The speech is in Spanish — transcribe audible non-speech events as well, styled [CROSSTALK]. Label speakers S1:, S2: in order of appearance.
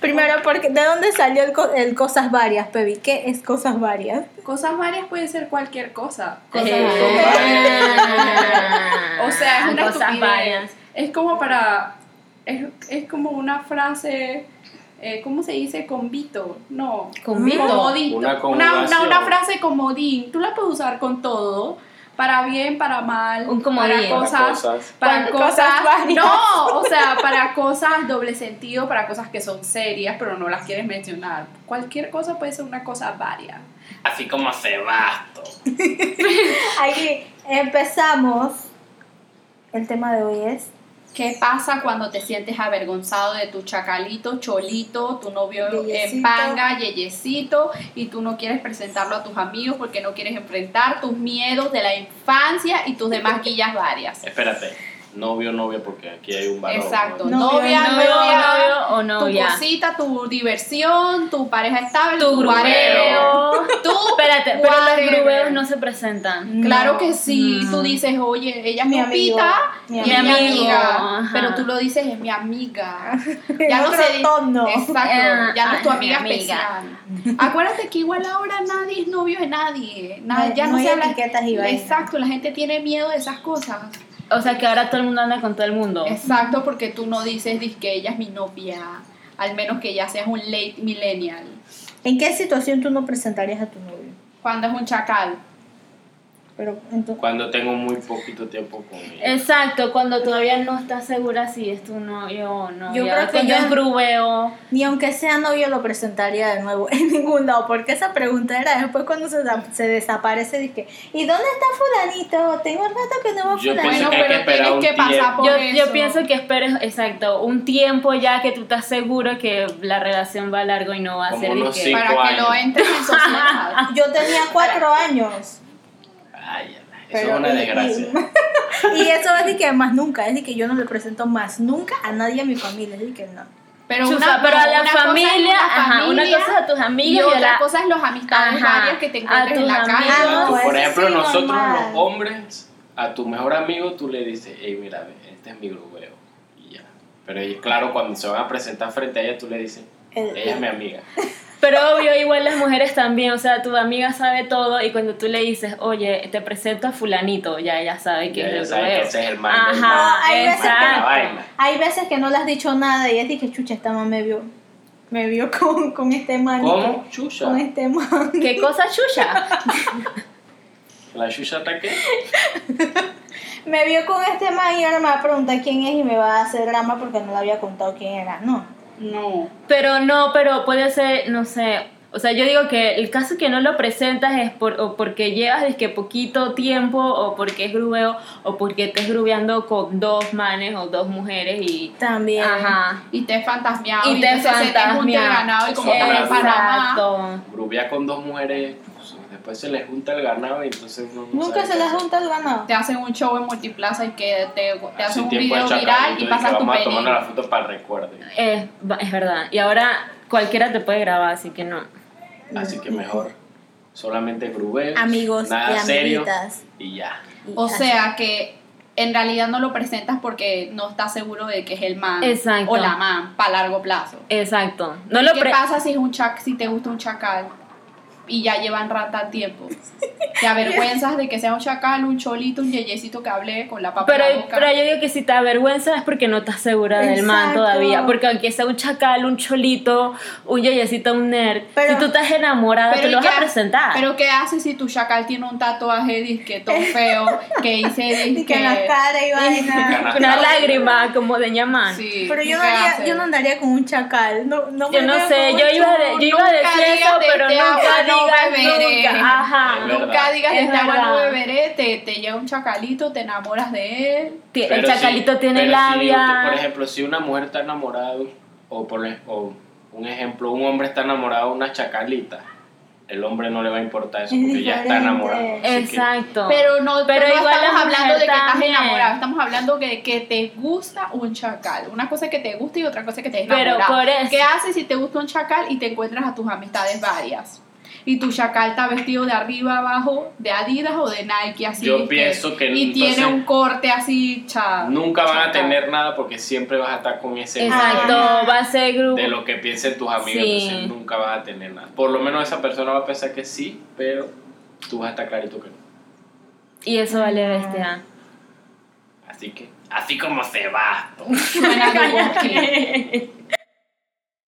S1: Primero, porque ¿de dónde salió el, co- el cosas varias, Pebi? ¿Qué es cosas varias?
S2: Cosas varias puede ser cualquier cosa.
S1: Cosas
S3: Eh, [LAUGHS]
S2: O sea, es una
S3: Ah, cosas
S2: estupidez.
S3: varias.
S2: Es como para. Es, es como una frase. eh, ¿Cómo se dice? Convito. No.
S3: Convito.
S2: Comodito.
S4: Una
S2: Una, una,
S4: conjugación.
S2: una frase comodín. Tú la puedes usar con todo. Para bien, para mal.
S3: Un
S2: Para
S3: comodín.
S4: Para
S2: cosas.
S4: cosas.
S2: Para
S1: Cosas
S2: cosas.
S1: varias.
S2: No, o sea, para cosas doble sentido, para cosas que son serias, pero no las quieres mencionar. Cualquier cosa puede ser una cosa varia.
S4: Así como Sebasto.
S1: Ahí empezamos. El tema de hoy es
S2: ¿Qué pasa cuando te sientes avergonzado de tu chacalito, cholito, tu novio
S1: Yeyecito.
S2: en panga, yeyecito, y tú no quieres presentarlo a tus amigos porque no quieres enfrentar tus miedos de la infancia y tus demás
S3: [LAUGHS]
S2: guillas varias?
S4: Espérate. Novio, novia, porque aquí hay un varón.
S2: Exacto,
S1: Novio,
S2: novia,
S3: Novio,
S2: novia,
S3: novio o novia.
S2: tu cosita, tu diversión, tu pareja estable,
S3: Tu
S2: whatever.
S3: grubeo.
S2: Tú,
S3: Espérate, pero
S2: Whatever.
S3: los grubeos no se presentan.
S2: Claro que sí,
S3: No.
S2: tú dices, oye, ella es
S1: Mi
S2: mi
S1: amigo,
S2: amiguita
S1: mi
S2: y es mi
S3: amigo,
S2: amiga.
S3: ajá.
S2: Pero tú lo dices, es mi
S3: [LAUGHS]
S2: amiga.
S1: El otro
S2: se di-
S1: tono.
S2: Exacto, ya no es tu
S3: Ah,
S2: amiga,
S3: mi amiga.
S2: especial. Acuérdate que igual ahora nadie es novio de nadie. Na-
S1: No-
S2: ya no,
S1: no hay
S2: se habla.
S1: etiquetas y vainas.
S2: Exacto, la gente tiene miedo de esas cosas.
S3: O sea que ahora todo el mundo anda con todo el mundo.
S2: Exacto, porque tú no dices, dices que ella es mi novia. Al menos que ya seas un late millennial.
S1: ¿En qué situación tú no presentarías a tu novio?
S2: Cuando es un chacal.
S1: Pero entonces,
S4: Cuando tengo muy poquito tiempo con ella.
S3: Exacto, cuando todavía no estás segura si es tu novio o no.
S1: Yo
S3: Y
S1: creo
S3: ahora
S1: que
S3: cuando
S1: ya-
S3: es grubeo.
S1: ni aunque sea novio lo presentaría de nuevo [LAUGHS] en ningún lado, porque esa pregunta era después cuando se, da- se desaparece, dije, ¿y dónde está fulanito? Tengo rato que no va
S4: Yo
S3: Pues
S1: fulanito.
S2: Bueno,
S4: pienso que hay que
S2: pero
S4: esperar
S2: tienes
S4: un
S2: que pasar
S4: tiempo.
S2: por
S3: Yo,
S2: eso.
S3: yo pienso que esperes, exacto, un tiempo ya que tú estás seguro que la relación va largo y no va a
S4: Como
S3: ser de
S4: unos
S3: que...
S4: cinco
S2: para que lo
S4: años.
S2: entres en sociedad.
S1: Yo tenía cuatro años.
S4: Ay, eso
S1: Pero-
S4: es una desgracia.
S1: [LAUGHS] Y eso es de que más nunca, es de que yo no le presento más nunca a nadie a mi familia, es de que no.
S2: Pero,
S3: Chusa,
S2: una,
S3: pero a
S2: no,
S3: la
S2: una cosa es
S3: familia,
S2: una
S3: ajá, una
S2: familia
S3: cosa es a tus
S2: Y
S3: amigos y, a
S2: otra
S3: la-
S2: cosa es los amistades
S3: Ajá,
S2: varias que te
S3: a
S2: encuentras en
S3: tus
S2: la calle.
S3: amigos.
S1: Ah,
S4: Tú,
S1: pues,
S4: por
S1: eso
S4: ejemplo,
S1: sí,
S4: nosotros
S1: normal.
S4: los hombres, a tu mejor amigo tú le dices, hey, mira, ve, este es mi grubeo. Y ya. Pero y claro, cuando se van a presentar frente a ella, tú le dices,
S1: El-
S4: ella es mi amiga.
S3: Pero obvio, igual las mujeres también, o sea, tu amiga sabe todo y cuando tú le dices, oye, te presento a fulanito, ya ella sabe que
S4: Ya ella
S3: es el
S4: sabe que
S3: grubeo.
S4: ese es el man del
S3: Ajá,
S1: No, hay veces que-
S4: man de la
S3: exacto.
S4: vaina.
S1: Hay veces que no le has dicho nada y es de que chucha, esta mamá me vio, me vio [LAUGHS] con, con este man.
S4: ¿Cómo? Chucha.
S1: Con este man.
S3: ¿Qué cosa chucha?
S4: ¿La chucha está qué?
S1: [LAUGHS] Me vio con este man y ahora me va a preguntar quién es y me va a hacer drama porque no le había contado quién era. No.
S2: No.
S3: Pero no, pero puede ser, no sé. O sea, yo digo que el caso que no lo presentas es por, o porque llevas desde poquito tiempo, o porque es grubeo, o porque estés grubeando con dos manes o dos mujeres y.
S1: También.
S3: Ajá.
S2: Y te fantasmeado.
S3: Y te
S2: entonces se junta el
S3: fantasmea.
S2: ganado y como que
S4: Exacto.
S2: en Panamá.
S3: Exacto.
S4: Grubea con dos mujeres, pues, después se les junta el ganado y entonces uno no
S1: Nunca
S4: sabe
S1: se
S4: qué
S1: le ha
S4: hacer.
S1: juntado el ganado.
S2: Te hacen un show en multiplaza y que te, te
S4: Hace
S2: hacen un
S4: tiempo
S2: video
S4: el
S2: viral
S4: chacalito
S2: y
S4: que
S2: pasas tu
S4: Vamos a tomarnos
S2: peli.
S4: la foto para el recuerdo.
S3: Es, es verdad. Y ahora cualquiera te puede grabar, así que no.
S4: Así que mejor, solamente grubeo.
S1: Amigos
S4: nada
S1: y
S4: serio,
S1: amiguitas.
S4: Y ya.
S1: Y
S2: O
S1: así.
S2: sea que en realidad no lo presentas porque no estás seguro de que es el man
S3: Exacto.
S2: o la man para largo plazo.
S3: Exacto. No lo
S2: ¿Qué
S3: pre-
S2: pasa si es un chac, si te gusta un chacal y ya llevan rata [LAUGHS] tiempo? Te avergüenzas de que sea un chacal, un cholito, un yeyecito que hable con la papa en
S3: Pero,
S2: la boca.
S3: pero yo digo que si te avergüenza es porque no estás segura del man
S1: Exacto.
S3: todavía. Porque aunque sea un chacal, un cholito, un yeyecito, un nerd,
S1: Pero-
S3: si tú estás enamorada,
S2: Pero
S3: te lo
S2: ¿y
S3: vas
S2: qué
S3: a
S2: ha-
S3: presentar.
S2: Pero ¿qué haces si tu chacal tiene un tatuaje disque
S1: [LAUGHS]
S2: todo feo que dice
S1: Y que
S2: disque...
S1: en la cara y
S3: [LAUGHS]
S1: vaina.
S3: Una lágrima como de ñamán.
S2: Sí,
S1: Pero yo no,
S2: ¿qué
S1: haría,
S2: haces?
S1: yo no andaría con un chacal. No, no me
S3: Yo no
S1: veo
S3: sé,
S1: con
S3: yo
S1: un
S3: iba, a de-
S1: chacal.
S3: yo iba a
S2: nunca
S3: decir eso,
S2: digas de
S3: pero
S2: este
S3: nunca
S2: agua no
S3: digas
S2: beberé.
S3: nunca. Ajá.
S4: Es verdad.
S2: Nunca digas
S3: Es
S2: que te agua no
S3: verdad.
S2: beberé, te, te llega un chacalito, te enamoras de él.
S3: Que El
S4: Pero sí,
S3: chacalito tiene
S4: pero si usted,
S3: labia.
S4: por ejemplo, si una mujer está enamorada, o por ej- o un ejemplo, un hombre está enamorado de una chacalita, el hombre no le va a importar eso
S1: Es
S4: porque ya está
S1: diferente.
S4: enamorado. así que-
S3: Exacto.
S2: Pero no,
S3: Pero
S2: pero no
S3: igual la
S2: estamos
S3: mujer
S2: hablando de que
S3: también.
S2: estás enamorado, estamos hablando de que te gusta un chacal. Una cosa es que te gusta y otra cosa es que te
S3: Pero
S2: enamorado.
S3: por eso-
S2: ¿Qué haces si te gusta un chacal y te encuentras a tus amistades varias? y tu chacal está vestido de arriba abajo de Adidas o de Nike así.
S4: Yo
S2: es
S4: pienso que
S2: y tiene
S4: entonces-
S2: un corte así, cha.
S4: Nunca van a
S2: chacal.
S4: tener nada porque siempre vas a estar con ese
S3: Exacto,
S1: Ah.
S3: va a ser grupo.
S4: de lo que piensen tus amigos,
S3: Sí.
S4: entonces nunca vas a tener nada. Por lo menos esa persona va a pensar que sí, pero tú vas a estar clarito que no.
S3: Y eso vale bestia.
S4: Así que, así como se va.
S2: Ah. Suena algo bosque.